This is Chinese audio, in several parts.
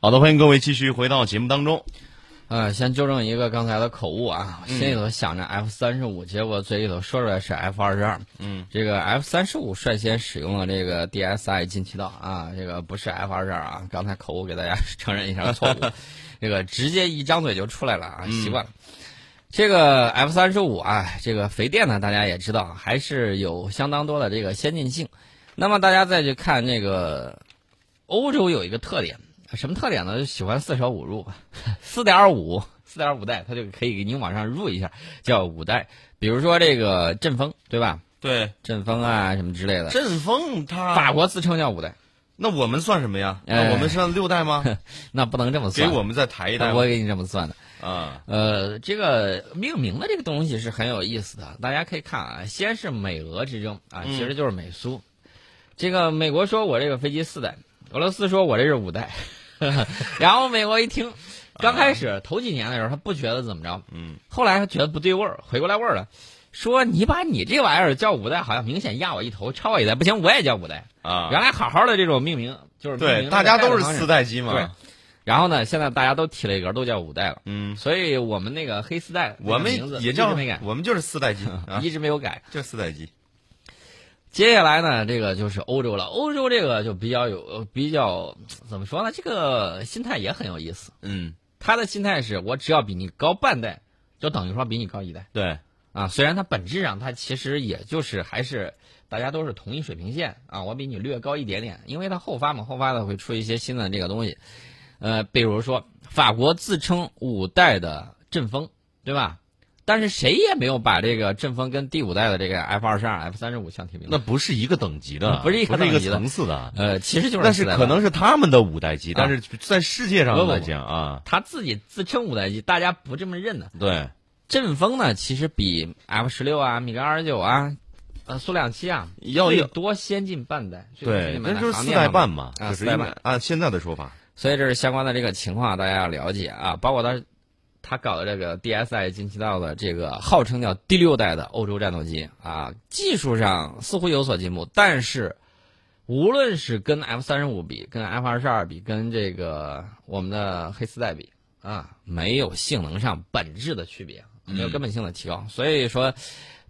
好的，欢迎各位继续回到节目当中。呃，先纠正一个刚才的口误啊，心里头想着 F 三十五，结果嘴里头说出来是 F 二十二。嗯，这个 F 三十五率先使用了这个 DSI 进气道啊，这个不是 F 二十二啊，刚才口误给大家 承认一下错误，这个直接一张嘴就出来了啊，习惯了。这个 F 三十五啊，这个肥电呢，大家也知道，啊还是有相当多的这个先进性。那么大家再去看这个欧洲有一个特点，什么特点呢？就喜欢四舍五入吧，四点五，四点五代，它就可以给你往上入一下，叫五代。比如说这个阵风，对吧？对，阵风啊什么之类的，阵风它，法国自称叫五代，那我们算什么呀？哎那我们算六代吗？那不能这么给 算。我们再抬一代吧我给你这么算的。啊！呃，这个命名的这个东西是很有意思的，大家可以看啊，先是美俄之争啊，嗯其实就是美苏。这个美国说我这个飞机四代，俄罗斯说我这是五代， 然后美国一听，刚开始头几年的时候他不觉得怎么着，嗯，后来他觉得不对味儿，回过来味儿了，说你把你这玩意儿叫五代，好像明显压我一头，超我一代，不行我也叫五代。啊，原来好好的这种命名就是命名对，的大家概都念是方式四代机嘛。对，然后呢，现在大家都提了一格，都叫五代了。嗯，所以我们那个黑丝带，我那个名字们也一直叫没改，我们就是四 代机啊，一直没有改。就是四代机。接下来呢，这个就是欧洲了。欧洲这个就比较有呃比较怎么说呢？这个心态也很有意思。嗯，他的心态是我只要比你高半代，就等于说比你高一代对，啊。虽然它本质上它其实也就是还是大家都是同一水平线啊，我比你略高一点点，因为它后发嘛，后发的会出一些新的这个东西。呃，比如说法国自称五代的阵风，对吧？但是谁也没有把这个阵风跟第五代的这个 F 二十二、F 三十五相提并论。不是一个等级的，不是一个不是一个等级的层次的。呃，其实就是那是四代可吧能是他们的五代机，啊但是在世界不上不来不讲啊，他自己自称五代机，大家不这么认呢。对，阵风呢，其实比 F 十六啊、米格二十九啊、呃苏两七啊要最有多先进半代，最多先对进，半那代就是行四业上代面半嘛，啊就是四代应该半按现在的说法，所以这是相关的这个情况，大家要了解啊。包括他他搞的这个 DSI 进气道的这个号称叫第六代的欧洲战斗机啊，技术上似乎有所进步，但是无论是跟 F 三十五比，跟 F 二十二比，跟这个我们的黑丝带比啊，没有性能上本质的区别，没有根本性的提高。所以说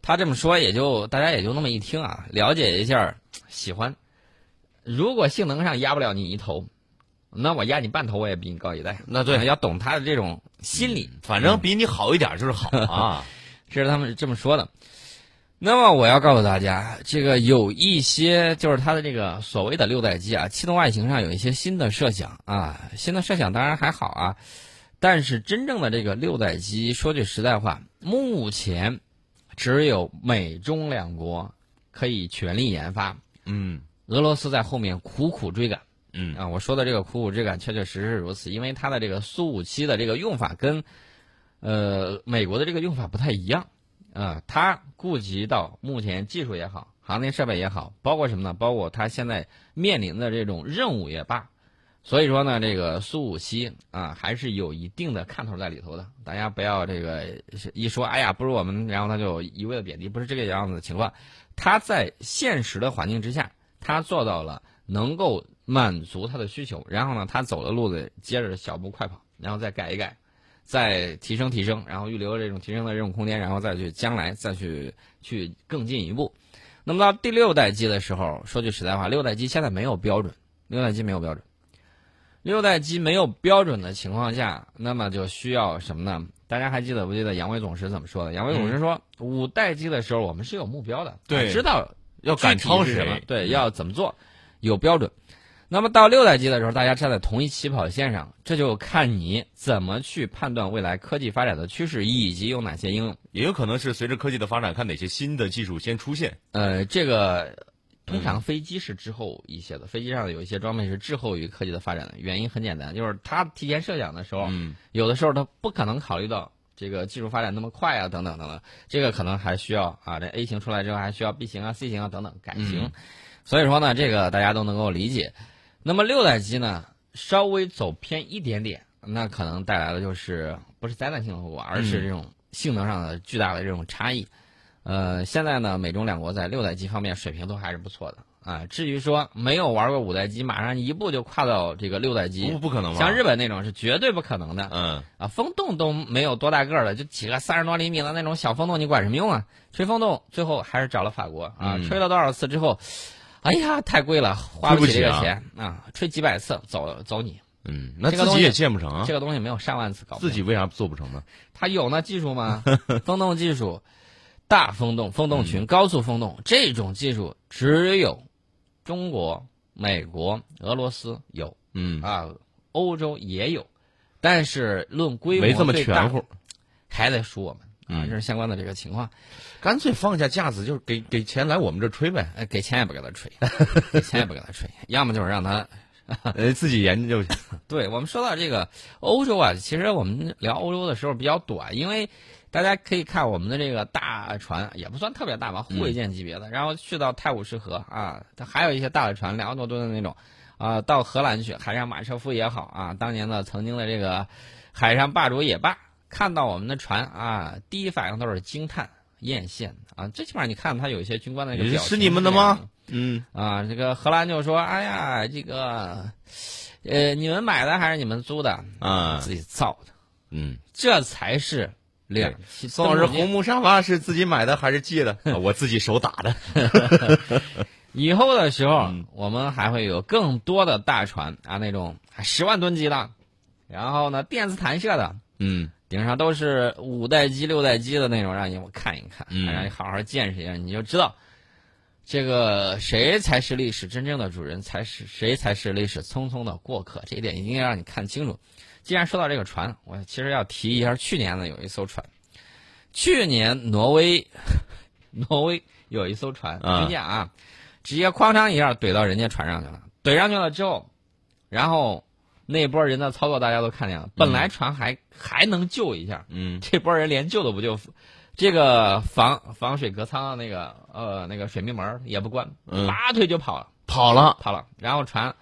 他这么说也就大家也就那么一听啊，了解一下，喜欢。如果性能上压不了你一头，那我压你半头，我也比你高一代。那对，要懂他的这种心理，反正比你好一点就是好 啊。这是他们这么说的。那么我要告诉大家，这个有一些就是它的这个所谓的六代机啊，气动外形上有一些新的设想啊，新的设想当然还好啊，但是真正的这个六代机，说句实在话，目前只有美中两国可以全力研发，嗯俄罗斯在后面苦苦追赶。嗯啊，我说的这个苦苦追赶确确实实如此，因为它的这个苏五七的这个用法跟，呃，美国的这个用法不太一样，啊、它顾及到目前技术也好，航天设备也好，包括什么呢？包括它现在面临的这种任务也罢，所以说呢，这个苏五七啊，还是有一定的看头在里头的。大家不要这个是一说，哎呀，不是我们，然后他就一味的贬低，不是这个样子的情况。他在现实的环境之下，他做到了能够满足他的需求，然后呢，他走的路子接着小步快跑，然后再改一改，再提升提升，然后预留这种提升的这种空间，然后再去将来再去去更进一步。那么到第六代机的时候，说句实在话，六代机现在没有标准，六代机没有标准。六代机没有标准的情况下，那么就需要什么呢？大家还记得不记得杨伟总是怎么说的？杨伟总是说，五代机的时候我们是有目标的，对知道要具赶体超是什么嗯谁？？对，要怎么做，有标准。那么到六代机的时候，大家站在同一起跑线上，这就看你怎么去判断未来科技发展的趋势以及有哪些应用。也有可能是随着科技的发展，看哪些新的技术先出现。呃，这个嗯通常飞机是滞后一些的，飞机上有一些装备是滞后于科技的发展的。原因很简单，就是它提前设想的时候，嗯，有的时候它不可能考虑到这个技术发展那么快啊，等等等等，这个可能还需要啊，这 A 型出来之后还需要 B 型啊、C 型啊等等改型，所以说呢，这个大家都能够理解。那么六代机呢，稍微走偏一点点，那可能带来的就是不是灾难性的后果，而是这种性能上的巨大的这种差异。呃，现在呢，美中两国在六代机方面水平都还是不错的啊。至于说没有玩过五代机，马上一步就跨到这个六代机不，不可能吧？像日本那种是绝对不可能的嗯，啊。风洞都没有多大个儿了，就几个三十多厘米的那种小风洞，你管什么用啊？吹风洞最后还是找了法国啊，嗯吹了多少次之后，哎呀，太贵了，花不起这吹不个起钱啊，吹几百次走走你，嗯，那这个自东己西也建不成啊这，个东西没有上万次搞不定自己为啥做不成呢？他有那技术 吗？风洞技术、大风洞、风洞嗯群、高速风洞这种技术，只有中国、美国、俄罗斯有嗯，啊，欧洲也有，但是论规模没这么最大全乎，还得输我们啊，嗯这是相关的这个情况。干脆放下架子，就是给给钱来我们这吹 呗，呃，给钱也不给他 吹，给钱也不给他吹，要么就是让他呃，自己研究去。对我们说到这个欧洲啊，其实我们聊欧洲的时候比较短，因为大家可以看我们的这个大船也不算特别大吧，嗯护卫舰级别的，然后去到泰晤士河啊，它还有一些大的船，两万多吨的那种，啊，到荷兰去，海上马车夫也好啊，当年的曾经的这个海上霸主也罢，看到我们的船啊，第一反应都是惊叹、艳羡啊，最起码你看它有一些军官的那个也是表情是你们的这样吗嗯，啊，这个荷兰就说：“哎呀，这个，呃，你们买的还是你们租的？啊，自己造的，嗯，这才是两栖宋登老师，陆舰。红木沙发是自己买的还是借 的？我自己手打的。以后的时候，嗯我们还会有更多的大船啊，那种十万吨级的，然后呢，电子弹射的，嗯，顶上都是五代机、六代机的那种，让你我看一看，嗯让你好好见识一下，你就知道。”这个谁才是历史真正的主人，才是谁才是历史匆匆的过客，这一点一定要让你看清楚。既然说到这个船，我其实要提一下去年呢有一艘船，去年挪威， 挪威有一艘船啊军舰啊，直接哐当一下怼到人家船上去了，怼上去了之后，然后那波人的操作大家都看见了，本来船还、还能救一下，嗯，这波人连救都不救，这个防防水隔舱的那个呃那个水密门儿也不关，嗯拔腿就跑了跑了。跑了，然后船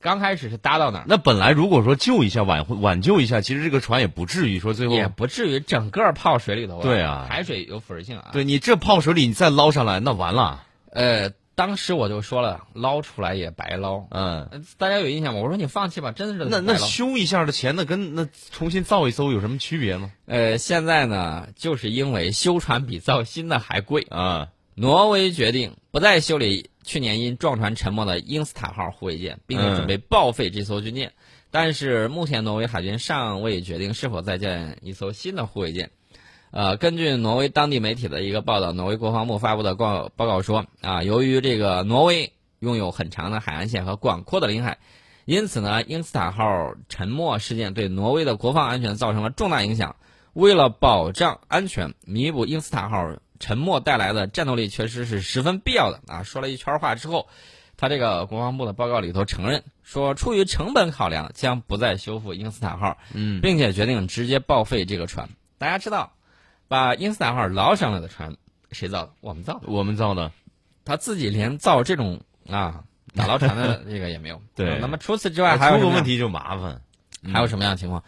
刚开始是搭到哪儿，那本来如果说救一下挽回挽救一下，其实这个船也不至于说最后也不至于整个泡水里头啊。对啊海水有腐蚀性啊。对你这泡水里你再捞上来，那完了。呃，当时我就说了，捞出来也白捞。嗯，呃大家有印象吗？我说你放弃吧，真的是那那白捞修一下的钱，那跟那重新造一艘有什么区别吗？呃，现在呢，就是因为修船比造新的还贵，啊，挪威决定不再修理去年因撞船沉没的英斯塔号护卫舰，并且准备报废这艘军舰。但是目前挪威海军尚未决定是否再建一艘新的护卫舰。呃，根据挪威当地媒体的一个报道，挪威国防部发布的报报告说，啊，由于这个挪威拥有很长的海岸线和广阔的领海，因此呢，英斯塔号沉没事件对挪威的国防安全造成了重大影响。为了保障安全，弥补英斯塔号沉没带来的战斗力缺失是十分必要的啊！说了一圈话之后，他这个国防部的报告里头承认说，出于成本考量，将不再修复英斯塔号，嗯，并且决定直接报废这个船。大家知道，把英斯塔号捞上来的船谁造的？我们造的。我们造的，他自己连造这种啊打捞船的这个也没有。 对那么除此之哎外还有出什个么问样题嗯就麻烦。还有什么样的情况？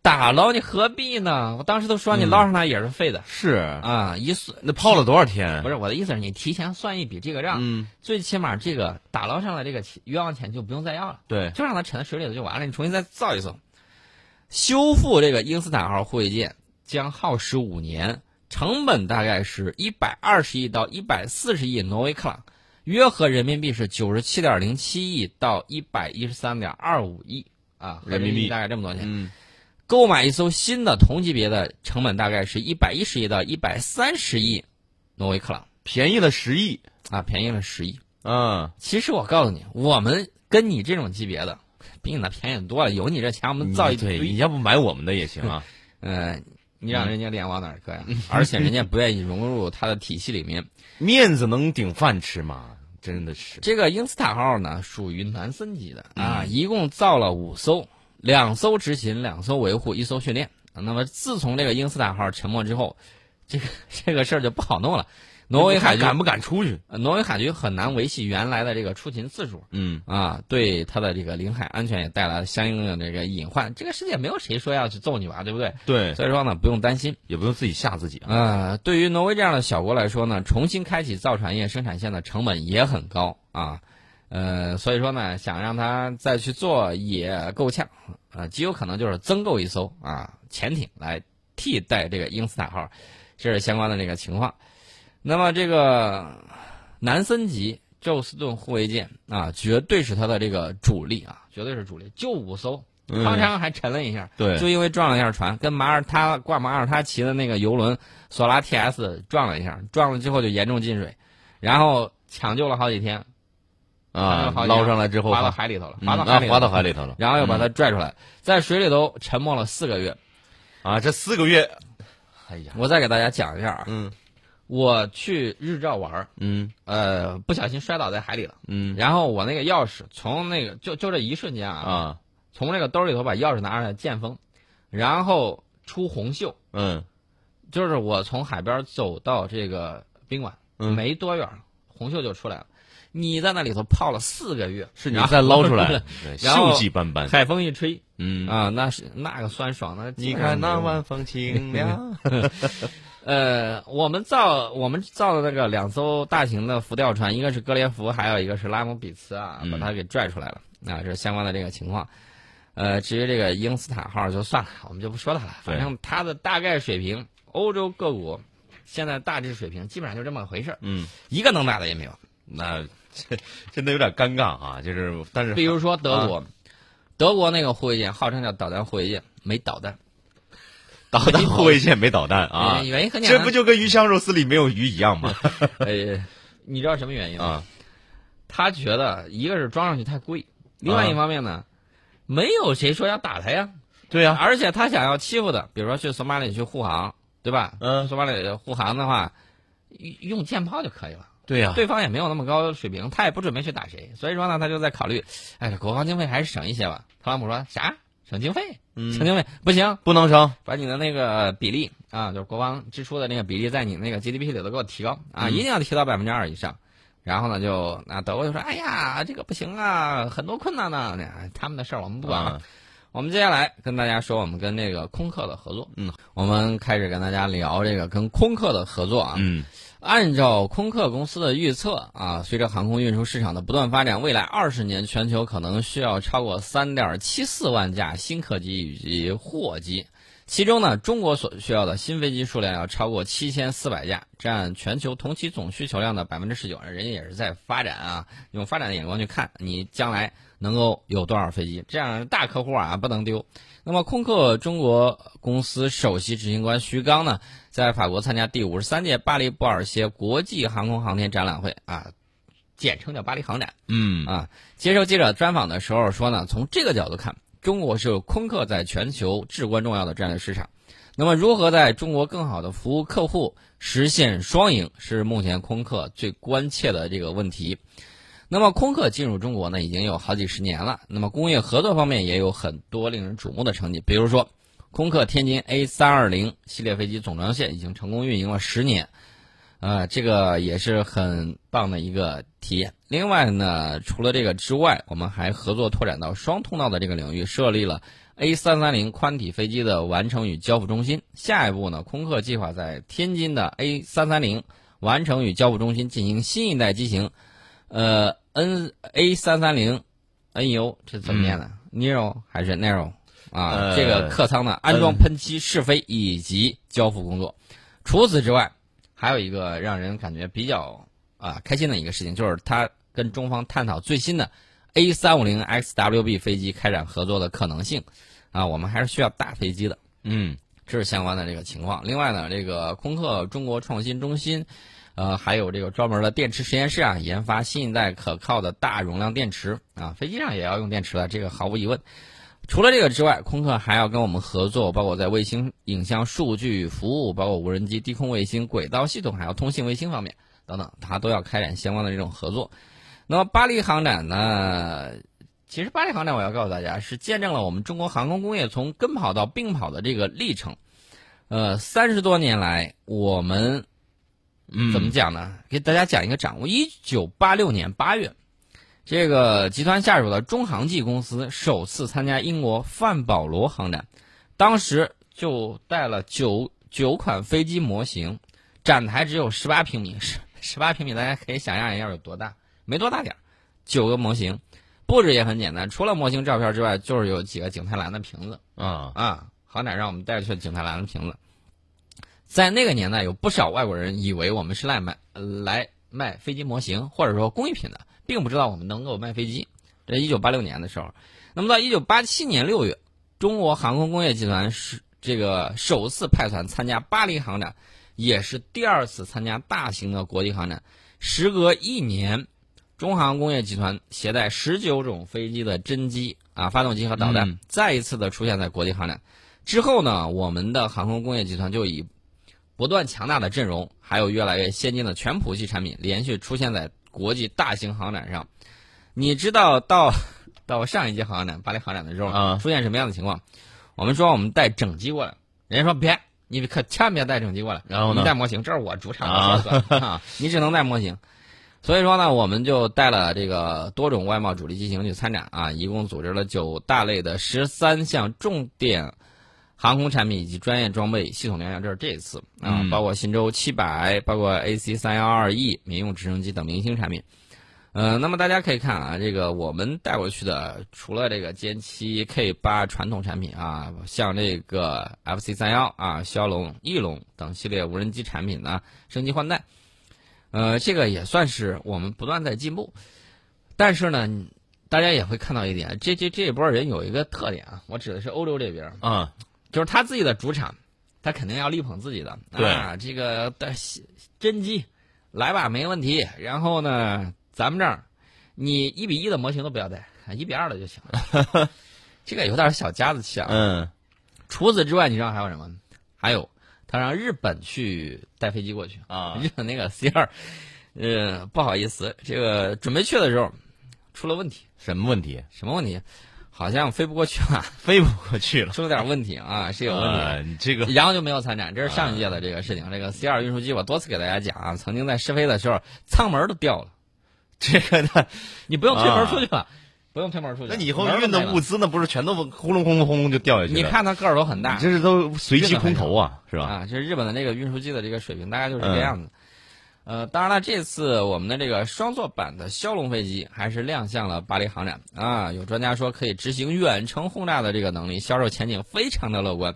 打捞你何必呢？我当时都说嗯你捞上来也是废的、是，啊！一算那泡了多少天？不啊是我的意思是你提前算一笔这个账，嗯，最起码这个打捞上来这个钱冤枉钱就不用再要了，对，就让它沉在水里头就完了，你重新再造一艘。修复这个英斯坦号护卫舰将耗时五年，成本大概是一百二十亿到一百四十亿挪威克朗，约合人民币是九十七点零七亿到一百一十三点二五亿啊，合人民币大概这么多钱。嗯，购买一艘新的同级别的成本大概是一百一十亿到一百三十亿挪威克朗便宜了十亿。啊，便宜了十亿。啊，其实我告诉你，我们跟你这种级别的，比你那便宜多了。有你这钱，我们造一对，你堆。要不买我们的也行啊。嗯、你让人家脸往哪儿搁呀？而且人家不愿意融入他的体系里面。面子能顶饭吃吗？真的是，这个英斯塔号呢，属于南森级的啊，一共造了五艘，两艘执勤，两艘维护，一艘啊训练。那么自从这个英斯塔号沉没之后，这个这个事儿就不好弄了。挪威海军敢不敢出去？呃挪威海军很难维系原来的这个出勤次数嗯，啊，对它的这个领海安全也带来了相应的这个隐患。这个世界没有谁说要去揍你吧，对不对？对，所以说呢，不用担心。也不用自己吓自己啊。呃，对于挪威这样的小国来说呢，重新开启造船业生产线的成本也很高啊，呃，所以说呢，想让他再去做也够呛，啊，极有可能就是增购一艘啊潜艇来替代这个英斯塔号，这是相关的这个情况。那么这个南森级宙斯盾护卫舰啊，绝对是它的这个主力啊，绝对是主力，就五艘，嗯康昌还沉了一下，对就因为撞了一下船，跟马耳他挂马耳他旗的那个游轮索拉 TS 撞了一下，撞了之后就严重进水，然后抢救了好几天，啊，好捞上来之后滑到发，海里头了，嗯滑到海啊里头滑了到海里头嗯了然后又把它拽出来，在水里头沉没了四个月。啊！这四个月，哎呀，我再给大家讲一下啊，嗯我去日照玩儿，嗯呃，不小心摔倒在海里了，嗯然后我那个钥匙从那个就就这一瞬间啊，啊从那个兜里头把钥匙拿出来见风，然后出红袖，嗯就是我从海边走到这个宾馆，嗯没多远，红袖就出来了。你在那里头泡了四个月，是你然后再捞出 来，对然后锈迹斑斑。 海风一吹嗯啊，那是那个酸爽的。你看那么晚风 清凉，呃，我们造我们造的那个两艘大型的浮吊船，一个是格列佛，还有一个是拉姆比茨啊，嗯把它给拽出来了啊，这是相关的这个情况。呃，至于这个英斯塔号就算了，我们就不说它了，对反正它的大概水平，欧洲各国现在大致水平基本上就这么回事儿嗯，一个能打的也没有。那这真的有点尴尬啊，就是但是啊比如说德国，德国那个护卫舰号称叫导弹护卫舰，没导弹导弹护卫舰没导弹啊原，原因很简这单，不就跟鱼香肉丝里没有鱼一样 吗？呃，你知道什么原因吗？啊，他觉得一个是装上去太贵，另外一方面啊呢，没有谁说要打他呀，对呀，而且他想要欺负的，比如说去索马里去护航，对吧？嗯索马里护航的话，用用舰炮就可以了，对呀，对方也没有那么高水平，他也不准备去打谁，所以说呢，他就在考虑，哎，这国防经费还是省一些吧。特朗普说啥？省经费？嗯省经费不行，不能伤，把你的那个比例啊，就是国防支出的那个比例，在你那个 GDP 里头给我提高啊，嗯一定要提到百分之二以上。然后呢，就那德国就说：“哎呀，这个不行啊，很多困难呢。哎他们的事儿我们不管了。啊我们接下来跟大家说，我们跟那个空客的合作。嗯，我们开始跟大家聊这个跟空客的合作啊。嗯按照空客公司的预测啊，随着航空运输市场的不断发展，未来二十年全球可能需要超过三点七四万架新客机以及货机，其中呢，中国所需要的新飞机数量要超过七千四百架，占全球同期总需求量的百分之十九。人家也是在发展啊，用发展的眼光去看，你将来能够有多少飞机，这样大客户啊不能丢。那么，空客中国公司首席执行官徐刚呢，在法国参加第五十三届巴黎布尔歇国际航空航天展览会啊，简称叫巴黎航展嗯啊。接受记者专访的时候说呢，从这个角度看，中国是空客在全球至关重要的战略市场。那么，如何在中国更好的服务客户，实现双赢，是目前空客最关切的这个问题。那么，空客进入中国呢，已经有好几十年了。那么，工业合作方面也有很多令人瞩目的成绩，比如说，空客天津 A 三二零系列飞机总装线已经成功运营了十年，呃，这个也是很棒的一个体验。另外呢，除了这个之外，我们还合作拓展到双通道的这个领域，设立了 A 三三零宽体飞机的完成与交付中心。下一步呢，空客计划在天津的 A 三三零完成与交付中心进行新一代机型，呃，N A 三三零 N U 这怎么念呢、n e r o 还是 Nero 啊？呃这个客舱的安装喷漆、试飞以及交付工作。除此之外，还有一个让人感觉比较啊开心的一个事情，就是他跟中方探讨最新的 A 三五零 XWB 飞机开展合作的可能性。啊，我们还是需要大飞机的。嗯这是相关的这个情况。另外呢，这个空客中国创新中心，呃，还有这个专门的电池实验室啊，研发新一代可靠的大容量电池啊，飞机上也要用电池的，这个毫无疑问。除了这个之外，空客还要跟我们合作，包括在卫星影像数据服务，包括无人机、低空卫星、轨道系统，还有通信卫星方面等等，它都要开展相关的这种合作。那么巴黎航展呢，其实巴黎航展，我要告诉大家，是见证了我们中国航空工业从跟跑到并跑的这个历程。呃，三十多年来，我们嗯，怎么讲呢？给大家讲一个掌握。一九八六年八月，这个集团下属的中航际公司首次参加英国范保罗航展，当时就带了九九款飞机模型，展台只有十八平米，十十八平米大家可以想象一下有多大，没多大点儿，九个模型，布置也很简单，除了模型照片之外，就是有几个景泰蓝的瓶子。啊？啊，航展让我们带去景泰蓝的瓶子。在那个年代，有不少外国人以为我们是来买呃来卖飞机模型或者说工艺品的，并不知道我们能够卖飞机。这一九八六年的时候，那么到一九八七年六月，中国航空工业集团是这个首次派团参加巴黎航展，也是第二次参加大型的国际航展。时隔一年，中航工业集团携带十九种飞机的真机啊、发动机和导弹，嗯再一次的出现在国际航展。之后呢，我们的航空工业集团就以不断强大的阵容，还有越来越先进的全谱系产品，连续出现在国际大型航展上。你知道到到上一届航展巴黎航展的时候啊出现什么样的情况？我们说我们带整机过来，人家说别，你可千万别带整机过来，然后你呢？带模型，这是我主场的特色啊，你只能带模型。所以说呢，我们就带了这个多种外贸主力机型去参展啊，一共组织了九大类的十三项重点航空产品以及专业装备系统亮相，这是这一次啊，嗯包括新洲七百，包括 AC 三幺二 E 民用直升机等明星产品。呃，那么大家可以看啊，这个我们带过去的，除了这个歼七 K 八传统产品啊，像这个 FC 三幺啊、骁龙、翼龙等系列无人机产品呢，升级换代，呃，这个也算是我们不断在进步。但是呢，大家也会看到一点，这这这一波人有一个特点啊，我指的是欧洲这边，啊，就是他自己的主场，他肯定要力捧自己的。对啊，这个的真机来吧，没问题。然后呢，咱们这儿你一比一的模型都不要带，啊一比二的就行 了。这个有点小家子气啊。嗯，除此之外，你知道还有什么？还有他让日本去带飞机过去啊日本那个 C 二，呃，不好意思，这个准备去的时候出了问题，什么问题？什么问题？好像飞不过去 啊，飞不过去了，出了点问题啊，是有问题的。啊你这 个然后就没有参展，这是上一届的这个事情。这个 C 二运输机，我多次给大家讲啊，曾经在试飞的时候，舱门都掉了，这个呢？你不用推门啊出去了，不用推门出去了。那你以后门儿都运没了的物，资那不是全都轰隆轰隆轰隆就掉下去了？你看它个儿都很大你，这是都随机空投啊，是吧？啊，这日本的这个运输机的这个水平大概就是这嗯个样子。呃，当然了，这次我们的这个双座版的骁龙飞机还是亮相了巴黎航展啊。有专家说可以执行远程轰炸的这个能力，销售前景非常的乐观。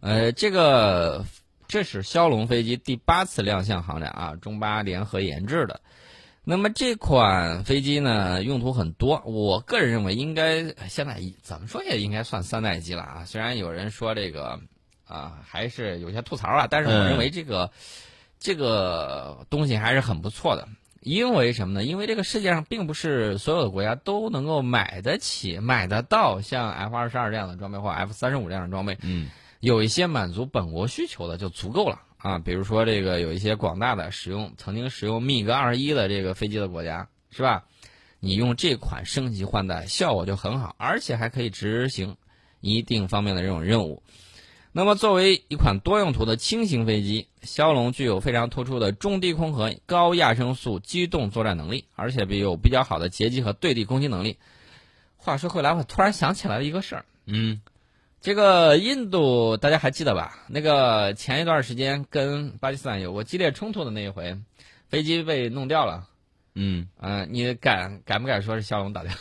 呃，这个这是骁龙飞机第八次亮相航展啊，中巴联合研制的。那么这款飞机呢，用途很多。我个人认为，应该现在怎么说也应该算三代机了啊。虽然有人说这个啊，还是有些吐槽啊，但是我嗯认为这个、这个东西还是很不错的。因为什么呢？因为这个世界上并不是所有的国家都能够买得起、买得到像 F 二十二这样的装备或 F 三十五这样的装备。嗯有一些满足本国需求的就足够了啊。比如说这个有一些广大的使用曾经使用 MiG 二一的这个飞机的国家，是吧？你用这款升级换代效果就很好，而且还可以执行一定方面的这种任务。那么，作为一款多用途的轻型飞机，骁龙具有非常突出的中低空和高亚声速机动作战能力，而且比有比较好的截击和对地攻击能力。话说回来，我突然想起来了一个事儿，嗯这个印度大家还记得吧？那个前一段时间跟巴基斯坦有过激烈冲突的那一回，飞机被弄掉了。嗯，嗯、你敢敢不敢说是骁龙打掉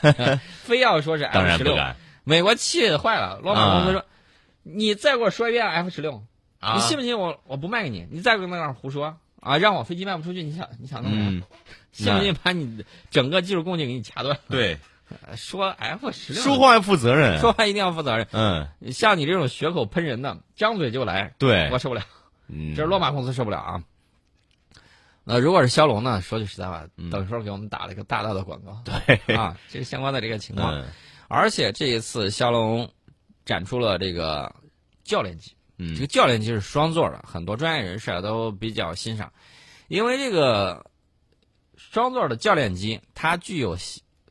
的？ 非要说是 F 当然啊十不六，敢美国气坏了。罗马公司说：“你再给我说一遍 F 十六，啊你信不信我我不卖给你？你再搁那儿胡说啊，让我飞机卖不出去，你想你想弄啥？嗯，信不信把你整个技术供应给你掐断？对，呃说 F 十六，嗯说话要负责任。说话一定要负责任。嗯，像你这种血口喷人的，张嘴就来，对我，受不了，嗯这是罗马公司受不了啊。那如果是骁龙呢？说句实在话嗯，等时候给我们打了一个大大的广告、对，啊，这个相关的这个情况。嗯而且这一次骁龙展出了这个教练机，这个嗯教练机是双座的，很多专业人士啊都比较欣赏，因为这个双座的教练机，它具有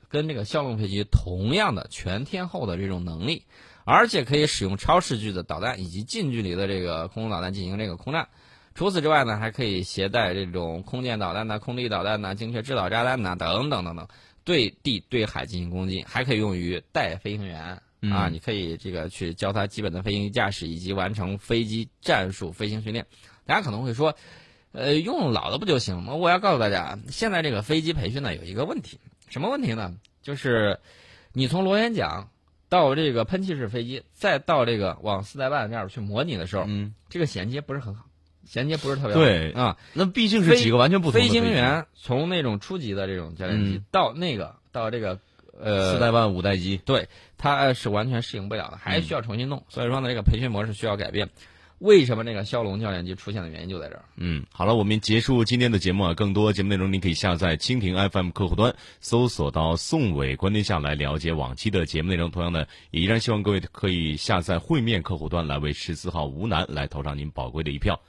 跟这个骁龙飞机同样的全天候的这种能力，而且可以使用超视距的导弹以及近距离的这个空中导弹进行这个空战，除此之外呢，还可以携带这种空舰导弹呐、空力导弹呐、精确制导炸弹呐、等等等等，对地对海进行攻击，还可以用于带飞行员。嗯啊，你可以这个去教他基本的飞行驾驶以及完成飞机战术飞行训练。大家可能会说，呃，用老的不就行吗？我要告诉大家，现在这个飞机培训呢有一个问题，什么问题呢？就是你从螺旋桨到这个喷气式飞机，再到这个往四代半那儿去模拟的时候，嗯，这个衔接不是很好，衔接不是特别好。对啊，那毕竟是几个完全不同的飞机嗯行员从那种初级的这种教练机、到那个到这个呃四代半、五代机，它呃是完全适应不了的，还需要重新弄。所以说呢，这个培训模式需要改变。为什么那个骁龙教练机出现的原因就在这儿？嗯，好了，我们结束今天的节目啊。更多节目内容，您可以下载蜻蜓 FM 客户端，搜索到“宋伟观天下”来了解往期的节目内容。同样呢，也依然希望各位可以下载会面客户端来为十四号吴楠来投上您宝贵的一票。